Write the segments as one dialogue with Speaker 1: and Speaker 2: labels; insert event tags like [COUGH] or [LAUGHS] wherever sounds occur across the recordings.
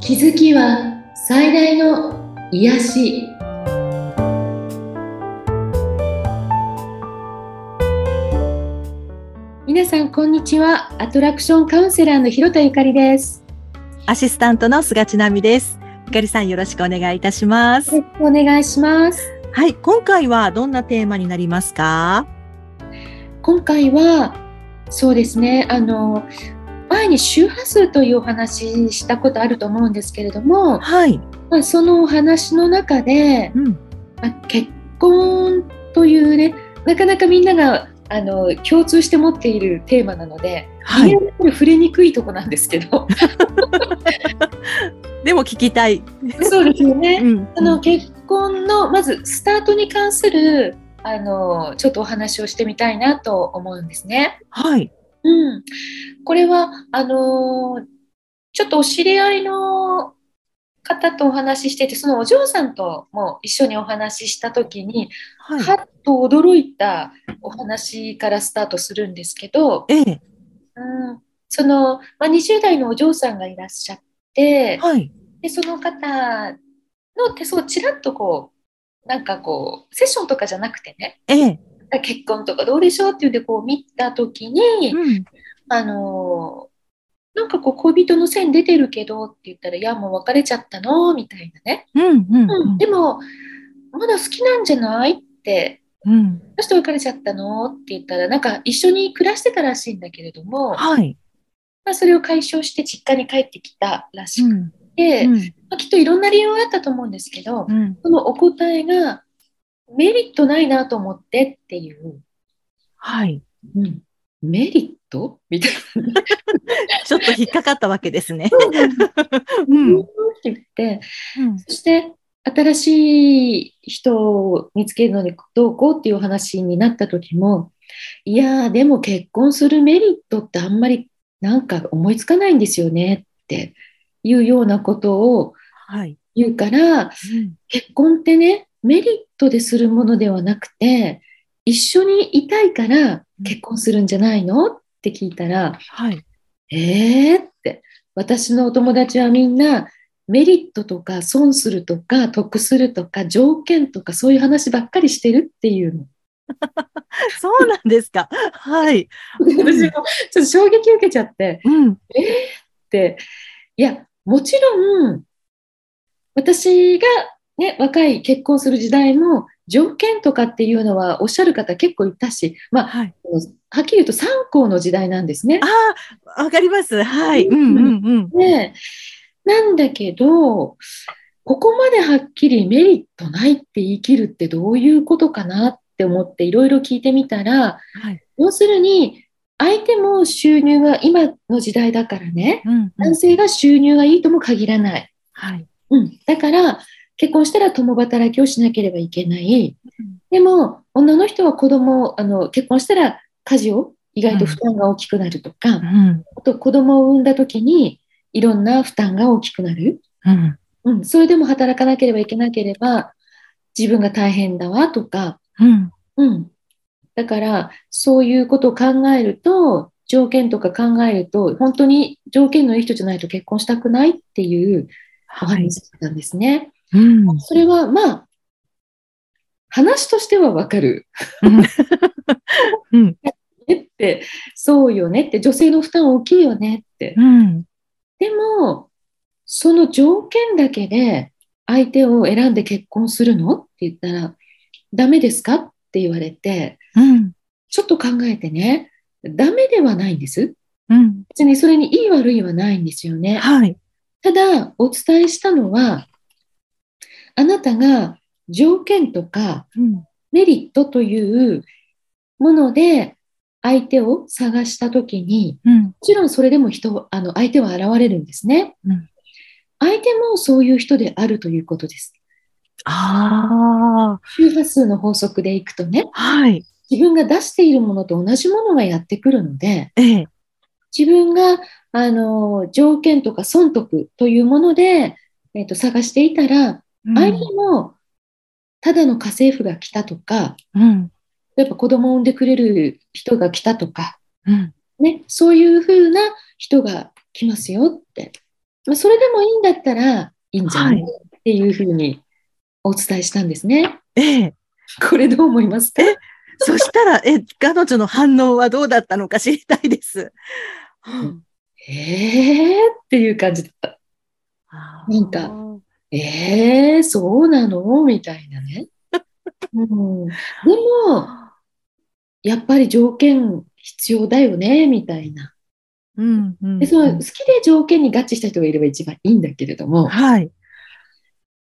Speaker 1: 気づきは最大の癒し皆さんこんにちはアトラクションカウンセラーの広田ゆかりです
Speaker 2: アシスタントの菅千奈美です。ゆかりさんよろしくお願いいたします。
Speaker 1: お願いします
Speaker 2: はい、今回はどんなテーマになりますか。
Speaker 1: 今回はそうですねあの前に周波数というお話したことあると思うんですけれども、
Speaker 2: はい、
Speaker 1: まあ、そのお話の中で
Speaker 2: うん、
Speaker 1: まあ、結婚というねなかなかみんながあの共通して持っているテーマなので、
Speaker 2: はい
Speaker 1: や、っぱり触れにくいとこなんですけ
Speaker 2: [LAUGHS]
Speaker 1: ど
Speaker 2: でも聞きたい。
Speaker 1: そうですよね。
Speaker 2: ん
Speaker 1: あの結婚のまずスタートに関するあのちょっとお話をしてみたいなと思うんですね。
Speaker 2: はい、
Speaker 1: うん、これはあのちょっとお知り合いの方とお話ししててそのお嬢さんとも一緒にお話しした時に
Speaker 2: はい、
Speaker 1: はっと驚いたお話からスタートするんですけど、
Speaker 2: ええ、
Speaker 1: うんそのまあ、20代のお嬢さんがいらっしゃって、
Speaker 2: はい、
Speaker 1: でその方の手相をちらっとこうなんかこうセッションとかじゃなくてね
Speaker 2: ええ、
Speaker 1: 結婚とかどうでしょうっていうんでこう見た時に、
Speaker 2: うん、
Speaker 1: あのーなんかこう恋人の線出てるけどって言ったら「いやもう別れちゃったの」みたいなね、
Speaker 2: うん、うん、
Speaker 1: うんでもまだ好きなんじゃないって
Speaker 2: うん、
Speaker 1: どうして別れちゃったのって言ったら、なんか一緒に暮らしてたらしいんだけれども、
Speaker 2: はい、
Speaker 1: まあ、それを解消して実家に帰ってきたらし
Speaker 2: う
Speaker 1: く
Speaker 2: ん、
Speaker 1: て、
Speaker 2: う
Speaker 1: ま
Speaker 2: ん
Speaker 1: あ、きっといろんな理由はあったと思うんですけど、
Speaker 2: うん、
Speaker 1: そのお答えが、メリットないなと思ってっていう、
Speaker 2: はい、
Speaker 1: メリットみたい
Speaker 2: ちょっと引っかかったわけですね。
Speaker 1: [LAUGHS] な、
Speaker 2: [LAUGHS] う、
Speaker 1: うんん
Speaker 2: う
Speaker 1: っ
Speaker 2: ん、
Speaker 1: て言って、そして新しい人を見つけるのにどうこうっていうお話になった時もいやーでも結婚するメリットってあんまりなんか思いつかないんですよねっていうようなことを
Speaker 2: はい、
Speaker 1: 言うから
Speaker 2: うん
Speaker 1: 結婚ってねメリットでするものではなくて一緒にいたいから結婚するんじゃないのって聞いたら
Speaker 2: はい、
Speaker 1: えーって、私のお友達はみんな、メリットとか損するとか得するとか条件とかそういう話ばっかりしてるっていうの。
Speaker 2: そうなんですか。はい、
Speaker 1: 私もちょっと衝撃受けちゃって、
Speaker 2: うん、
Speaker 1: で、いや、もちろん、私がね、若い結婚する時代も条件とかっていうのはおっしゃる方結構いたし、まあ、
Speaker 2: はい、
Speaker 1: はっきり言うと三項の時代なんですね。
Speaker 2: ああ、わかります。はい、うん、うん、うん、
Speaker 1: ねなんだけど、ここまではっきりメリットないって言い切るってどういうことかなって思っていろいろ聞いてみたら、
Speaker 2: はい、
Speaker 1: 要するに相手も収入が今の時代だからね、
Speaker 2: うん、うん
Speaker 1: 男性が収入がいいとも限らない。
Speaker 2: はい。
Speaker 1: うん、だから結婚したら共働きをしなければいけない
Speaker 2: うん。
Speaker 1: でも女の人は子供をあの結婚したら家事を意外と負担が大きくなるとか、
Speaker 2: うん、
Speaker 1: あと子供を産んだ時にいろんな負担が大きくなる、
Speaker 2: うん、
Speaker 1: うん、それでも働かなければいけなければ自分が大変だわとか、
Speaker 2: うん、
Speaker 1: うん、だからそういうことを考えると条件とか考えると本当に条件のいい人じゃないと結婚したくないっていうお
Speaker 2: はい。
Speaker 1: 話なんですね。
Speaker 2: うん、
Speaker 1: それはまあ話としてはわかる。
Speaker 2: うん、
Speaker 1: えってそうよねって女性の負担大きいよねって
Speaker 2: うん、
Speaker 1: でも、その条件だけで相手を選んで結婚するのって言ったら、ダメですかって言われて、
Speaker 2: うん、
Speaker 1: ちょっと考えてね、ダメではないんです。
Speaker 2: うん、
Speaker 1: 別にそれに良い悪いはないんですよね。
Speaker 2: はい。
Speaker 1: ただ、お伝えしたのは、あなたが条件とか
Speaker 2: うん、
Speaker 1: メリットというもので相手を探したときに、
Speaker 2: うん、
Speaker 1: もちろんそれでも人あの相手は現れるんですね、
Speaker 2: うん
Speaker 1: 相手もそういう人であるということです。
Speaker 2: ああ、
Speaker 1: 周波数の法則でいくとね、
Speaker 2: はい。
Speaker 1: 自分が出しているものと同じものがやってくるので、
Speaker 2: ええ、
Speaker 1: 自分があの条件とか損得というもので、えっと探していたら、
Speaker 2: うん
Speaker 1: 相手もただの家政婦が来たとか、
Speaker 2: うん、
Speaker 1: 例えば子供を産んでくれる人が来たとか、
Speaker 2: うん、
Speaker 1: ね、そういうふうな人が来ますよって。まあ、それでもいいんだったらいいんじゃない、
Speaker 2: はい
Speaker 1: っていうふうにお伝えしたんですね。
Speaker 2: ええ。
Speaker 1: これどう思いますか
Speaker 2: そしたら、え、彼女の反応はどうだったのか知りたいです。
Speaker 1: んえーっていう感じだった。なんかえー、そうなのみたいなね。うん、でも、やっぱり条件必要だよねみたいな。
Speaker 2: うん、うん。
Speaker 1: でその好きで条件に合致した人がいれば一番いいんだけれども、
Speaker 2: はい。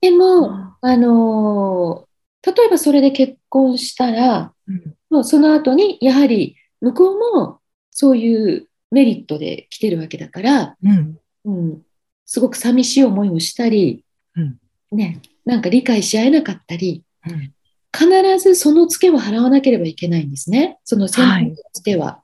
Speaker 1: でも、あのー例えばそれで結婚したら、
Speaker 2: うん
Speaker 1: もうその後にやはり向こうもそういうメリットで来てるわけだから、
Speaker 2: うん。
Speaker 1: うん、すごく寂しい思いをしたり、
Speaker 2: うん
Speaker 1: ね、なんか理解し合えなかったり、
Speaker 2: うん
Speaker 1: 必ずそのツケを払わなければいけないんですね、その先輩のツケは。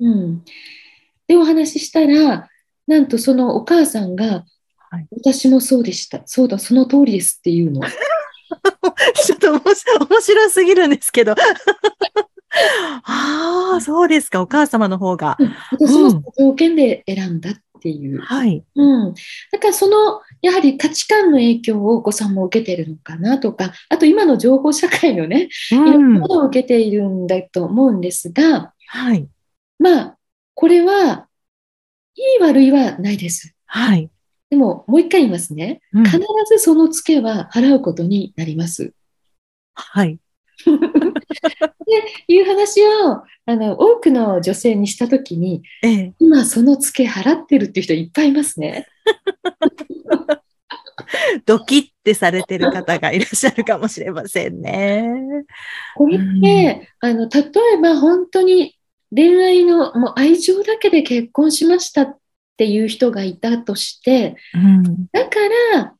Speaker 2: うん
Speaker 1: うん、でお話ししたら、なんとそのお母さんが、
Speaker 2: はい
Speaker 1: 私もそうでした、そうだ、その通りですっていうの。
Speaker 2: ちょっとおもし面白すぎるんですけど。ああ、そうですか。お母様の方が。
Speaker 1: うん私もその条件で選んだっていう。
Speaker 2: はい。
Speaker 1: うん、だからそのやはり価値観の影響をお子さんも受けてるのかなとかあと今の情報社会のねいろんなものを受けているんだと思うんですが、
Speaker 2: はい。
Speaker 1: まあこれはいい悪いはないです。
Speaker 2: はい。
Speaker 1: でももう一回言いますね。
Speaker 2: うん
Speaker 1: 必ずそのツケは払うことになります。
Speaker 2: はい。
Speaker 1: いう話をあの多くの女性にしたときに
Speaker 2: ええ。
Speaker 1: 今そのツケ払ってるっていう人いっぱいいますね。
Speaker 2: ドキってされてる方がいらっしゃるかもしれませんね。
Speaker 1: これって、あの例えば本当に恋愛のもう愛情だけで結婚しましたっていう人がいたとして
Speaker 2: うん。
Speaker 1: だから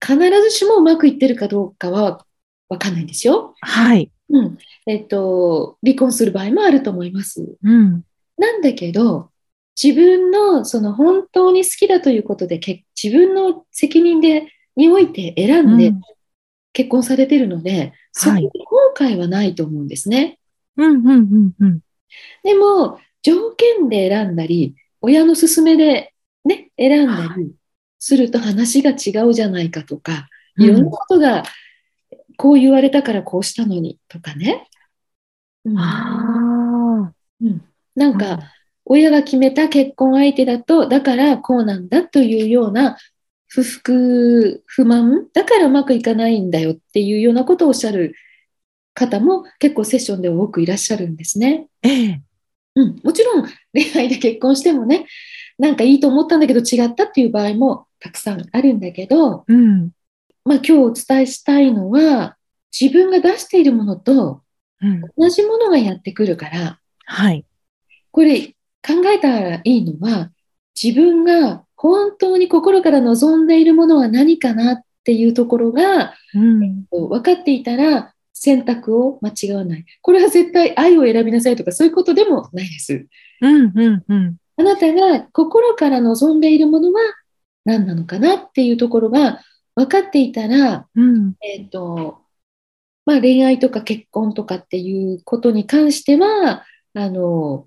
Speaker 1: 必ずしもうまくいってるかどうかは分かんないんですよ。
Speaker 2: はい。
Speaker 1: うんえっと、離婚する場合もあると思います。
Speaker 2: うん。
Speaker 1: なんだけど自分のその本当に好きだということでけ自分の責任でにおいて選んで結婚されてるので、そこ
Speaker 2: はい
Speaker 1: に後悔はないと思うんですね。
Speaker 2: うんうんうんうん。
Speaker 1: でも条件で選んだり親の勧めで、ね、選んだ
Speaker 2: は
Speaker 1: りすると話が違うじゃないかとか、
Speaker 2: うん
Speaker 1: いろんなことがこう言われたからこうしたのにとかね、うん
Speaker 2: あ
Speaker 1: うんなん
Speaker 2: あ
Speaker 1: か。親が決めた結婚相手だとだからこうなんだというような不服不満だからうまくいかないんだよっていうようなことをおっしゃる方も結構セッションで多くいらっしゃるんですね。
Speaker 2: ええ。
Speaker 1: うん、もちろん恋愛で結婚してもねなんかいいと思ったんだけど違ったっていう場合もたくさんあるんだけど、
Speaker 2: うん。
Speaker 1: まあ、今日お伝えしたいのは自分が出しているものと
Speaker 2: うん。
Speaker 1: 同じものがやってくるから
Speaker 2: はい。
Speaker 1: これ考えたらいいのは自分が本当に心から望んでいるものは何かなっていうところが
Speaker 2: うん。
Speaker 1: 分かっていたら選択を間違わないこれは絶対愛を選びなさいとかそういうことでもないです。
Speaker 2: うんうんうん。
Speaker 1: あなたが心から望んでいるものは何なのかなっていうところが分かっていたら、
Speaker 2: うん。
Speaker 1: えーとまあ、恋愛とか結婚とかっていうことに関してはあの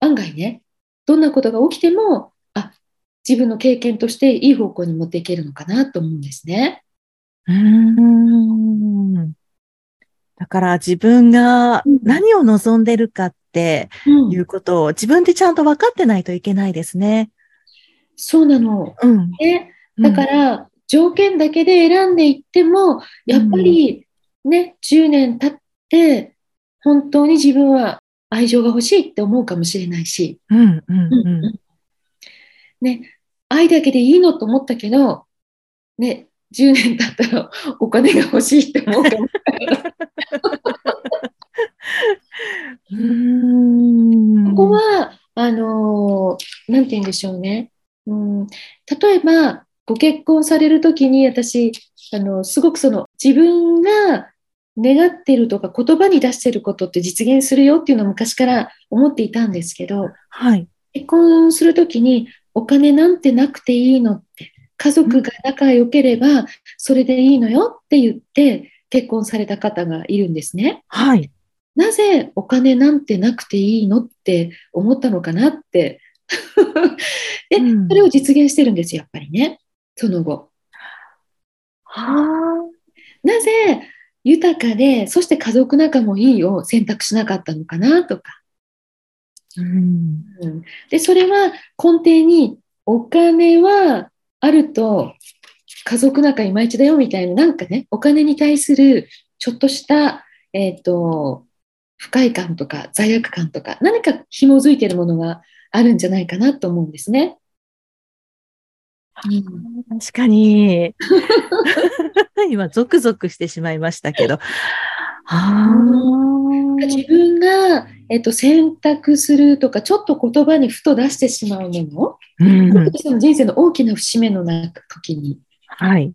Speaker 1: 案外ねどんなことが起きてもあ自分の経験としていい方向に持っていけるのかなと思うんですね。
Speaker 2: うーんだから自分が
Speaker 1: うん
Speaker 2: 何を望んでるかって
Speaker 1: うん
Speaker 2: いうことを自分でちゃんと分かってないといけないですね。
Speaker 1: そうなの、
Speaker 2: うん。
Speaker 1: ねだか、ら条件だけで選んでいってもやっぱりね、10年経って本当に自分は愛情が欲しいって思うかもしれないし、
Speaker 2: うん、うん、うん。
Speaker 1: ね、愛だけでいいのと思ったけど、ね、10年経ったらお金が欲しいって思うかも
Speaker 2: うーん
Speaker 1: ここ、はあのーなんて言うんでしょうね、うん、例えばご結婚される時に私あのすごくその自分が願ってるとか言葉に出してることって実現するよっていうのを昔から思っていたんですけど
Speaker 2: はい。
Speaker 1: 結婚する時にお金なんてなくていいのって家族が仲良ければそれでいいのよって言って結婚された方がいるんですね。
Speaker 2: はい。
Speaker 1: なぜお金なんてなくていいのって思ったのかなってで、
Speaker 2: うん
Speaker 1: それを実現してるんですよ、やっぱりね、その後。
Speaker 2: は
Speaker 1: なぜ豊かで、そして家族仲もいいを選択しなかったのかなとか。
Speaker 2: あ。うん。
Speaker 1: うんで、それは根底にお金はあると家族仲いまいちだよみたいな、なんかね、お金に対するちょっとした、えっ、と、不快感とか罪悪感とか、何か紐づいてるものがあるんじゃないかなと思うんですね。うん
Speaker 2: 確かに。 [LAUGHS] 今、ゾクゾクしてしまいましたけど。はあ。
Speaker 1: 自分が、えっと選択するとか、ちょっと言葉にふと出してしまうもの、
Speaker 2: うん。
Speaker 1: 私の人生の大きな節目のな時に、
Speaker 2: はい。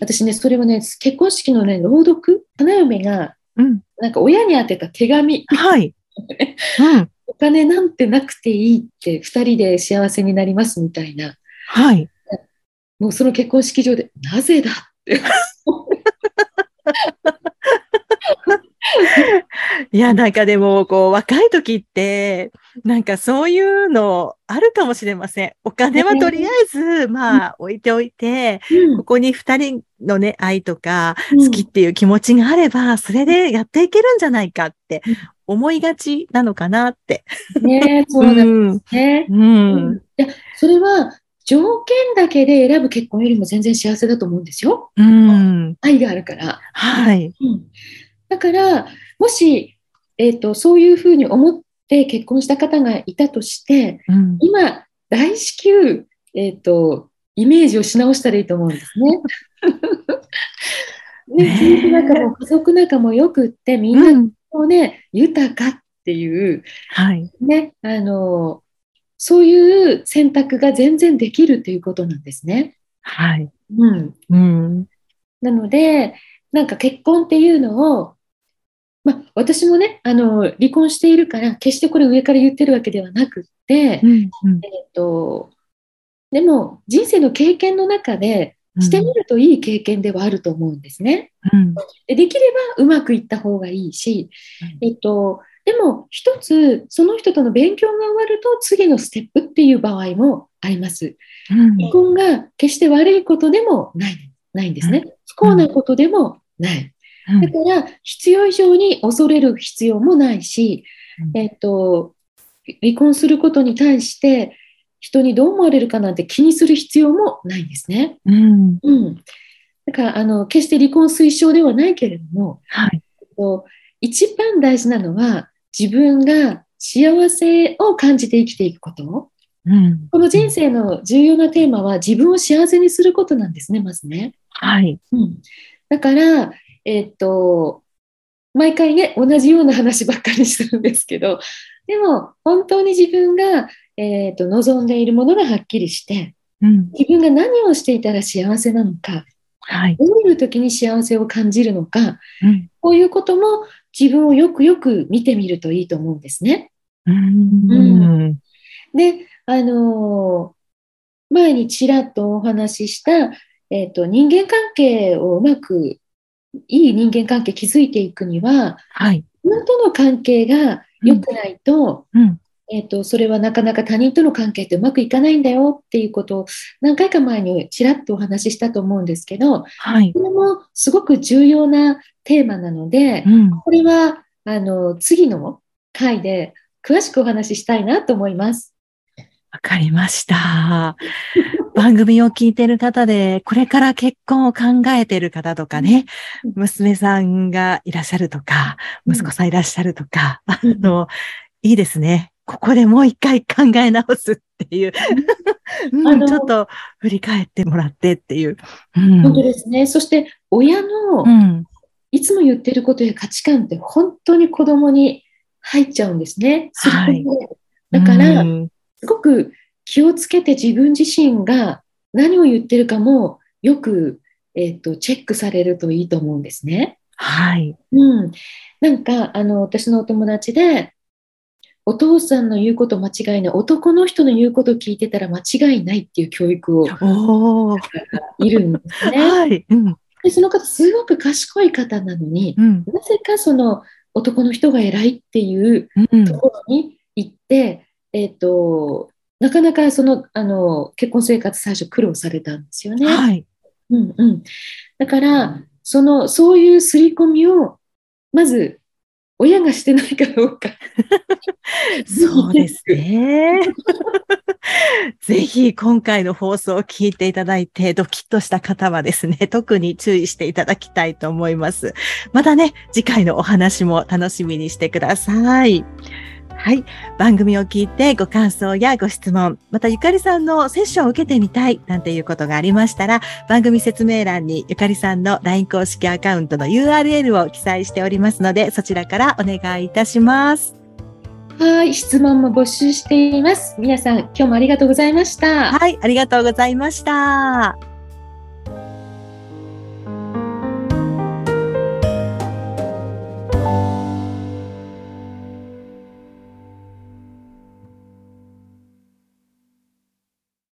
Speaker 1: 私ね、それをね、結婚式のね、朗読、花嫁が、
Speaker 2: うん。
Speaker 1: なんか親に宛てた手紙、
Speaker 2: [LAUGHS] はい。うん。
Speaker 1: お金なんてなくていいって、二人で幸せになりますみたいな、
Speaker 2: はい。
Speaker 1: もうその結婚式場で、なぜだって。
Speaker 2: いや、なんかでも、こう、若い時って、なんかそういうのあるかもしれません。お金はとりあえず、まあ、置いておいて、ここに二人のね、愛とか、好きっていう気持ちがあれば、それでやっていけるんじゃないかって
Speaker 1: うん
Speaker 2: 思いがちなのかなって。
Speaker 1: ね、そう
Speaker 2: う
Speaker 1: なんで
Speaker 2: ん。
Speaker 1: すね。
Speaker 2: うん。
Speaker 1: いや、それは条件だけで選ぶ結婚よりも全然幸せだと思うんですよ。
Speaker 2: うん。
Speaker 1: 愛があるから。
Speaker 2: はい。
Speaker 1: だから、もし、えっ、と、そういうふうに思って結婚した方がいたとして、
Speaker 2: うん。
Speaker 1: 今、大至急、えっ、と、イメージをし直したらいいと思うんです [LAUGHS] ね。ね、夫婦仲も家族仲もよくって、みんな
Speaker 2: うん
Speaker 1: こうね、豊かっていう、
Speaker 2: はい。
Speaker 1: ね、あの、そういう選択が全然できるということなんですね。
Speaker 2: はい。
Speaker 1: うん。
Speaker 2: うん。
Speaker 1: なので、なんか結婚っていうのを、まあ、私もね、あの、離婚しているから、決してこれ上から言ってるわけではなくって、え
Speaker 2: うん。
Speaker 1: っと、でも人生の経験の中でしてみるといい経験ではあると思うんですね。
Speaker 2: うん。
Speaker 1: でできればうまくいった方がいいし、えっと、でも一つその人との勉強が終わると次のステップっていう場合もあります。
Speaker 2: うん。
Speaker 1: 離婚が決して悪いことでもないないんですね。不幸なことでもない。だから必要以上に恐れる必要もないし、
Speaker 2: うん
Speaker 1: えっと離婚することに対して人にどう思われるかなんて気にする必要もないんですね。
Speaker 2: うん。
Speaker 1: うん、だからあの決して離婚推奨ではないけれども、
Speaker 2: はい。
Speaker 1: えっと一番大事なのは自分が幸せを感じて生きていくこと。
Speaker 2: うん。
Speaker 1: この人生の重要なテーマは自分を幸せにすることなんですね、まずね。
Speaker 2: はい。
Speaker 1: うん、だから、えーっと、毎回ね、同じような話ばっかりするんですけど、でも本当に自分が、えーっと望んでいるものがはっきりして、
Speaker 2: うん。
Speaker 1: 自分が何をしていたら幸せなのか、
Speaker 2: はい。
Speaker 1: どういう時に幸せを感じるのか、
Speaker 2: うん。
Speaker 1: こういうことも自分をよくよく見てみるといいと思うんですね。
Speaker 2: うん。
Speaker 1: で、あのー前にちらっとお話しした、えっと人間関係をうまくいい人間関係築いていくには
Speaker 2: はい。
Speaker 1: 自分との関係が良くないと,、
Speaker 2: うん。
Speaker 1: えっとそれはなかなか他人との関係ってうまくいかないんだよっていうことを何回か前にちらっとお話ししたと思うんですけど
Speaker 2: はい。
Speaker 1: これもすごく重要なテーマなので、
Speaker 2: うん。
Speaker 1: これはあの次の回で詳しくお話ししたいなと思います。
Speaker 2: わかりました。番組を聞いてる方で、これから結婚を考えてる方とかね、
Speaker 1: うん
Speaker 2: 娘さんがいらっしゃるとか、
Speaker 1: うん
Speaker 2: 息子さんいらっしゃるとか、あの、いいですね。ここでもう一回考え直すっていう、うん
Speaker 1: あの
Speaker 2: ちょっと振り返ってもらってっていう。うん。
Speaker 1: 本当ですね。そして親の
Speaker 2: うん。
Speaker 1: いつも言ってることや価値観って本当に子供に入っちゃうんですね。
Speaker 2: は
Speaker 1: す
Speaker 2: い
Speaker 1: ごくねだから、
Speaker 2: うん
Speaker 1: すごく気をつけて自分自身が何を言ってるかもよく、えっとチェックされるといいと思うんですね。
Speaker 2: はい。
Speaker 1: うん、なんかあの私のお友達でお父さんの言うこと間違いない男の人の言うこと聞いてたら間違いないっていう教育を
Speaker 2: おー。
Speaker 1: いるんですね。
Speaker 2: はい。うん。
Speaker 1: でその方すごく賢い方なのに、
Speaker 2: うん。
Speaker 1: なぜかその男の人が偉いっていう
Speaker 2: うん
Speaker 1: と。ころに行って、えっとなかなかその、あの、結婚生活最初苦労されたんですよね。
Speaker 2: はい。
Speaker 1: うんうん。だから、その、そういう刷り込みを、まず、親がしてないかどうか。
Speaker 2: そうですね。ぜひ今回の放送を聞いていただいて、ドキッとした方はですね、特に注意していただきたいと思います。またね、次回のお話も楽しみにしてください。はい。番組を聞いてご感想やご質問、またゆかりさんのセッションを受けてみたいなんていうことがありましたら、番組説明欄にゆかりさんの LINE 公式アカウントの URL を記載しておりますので、そちらからお願いいたします。
Speaker 1: はい、質問も募集しています。皆さん、今日もありがとうございました。
Speaker 2: はい、ありがとうございました。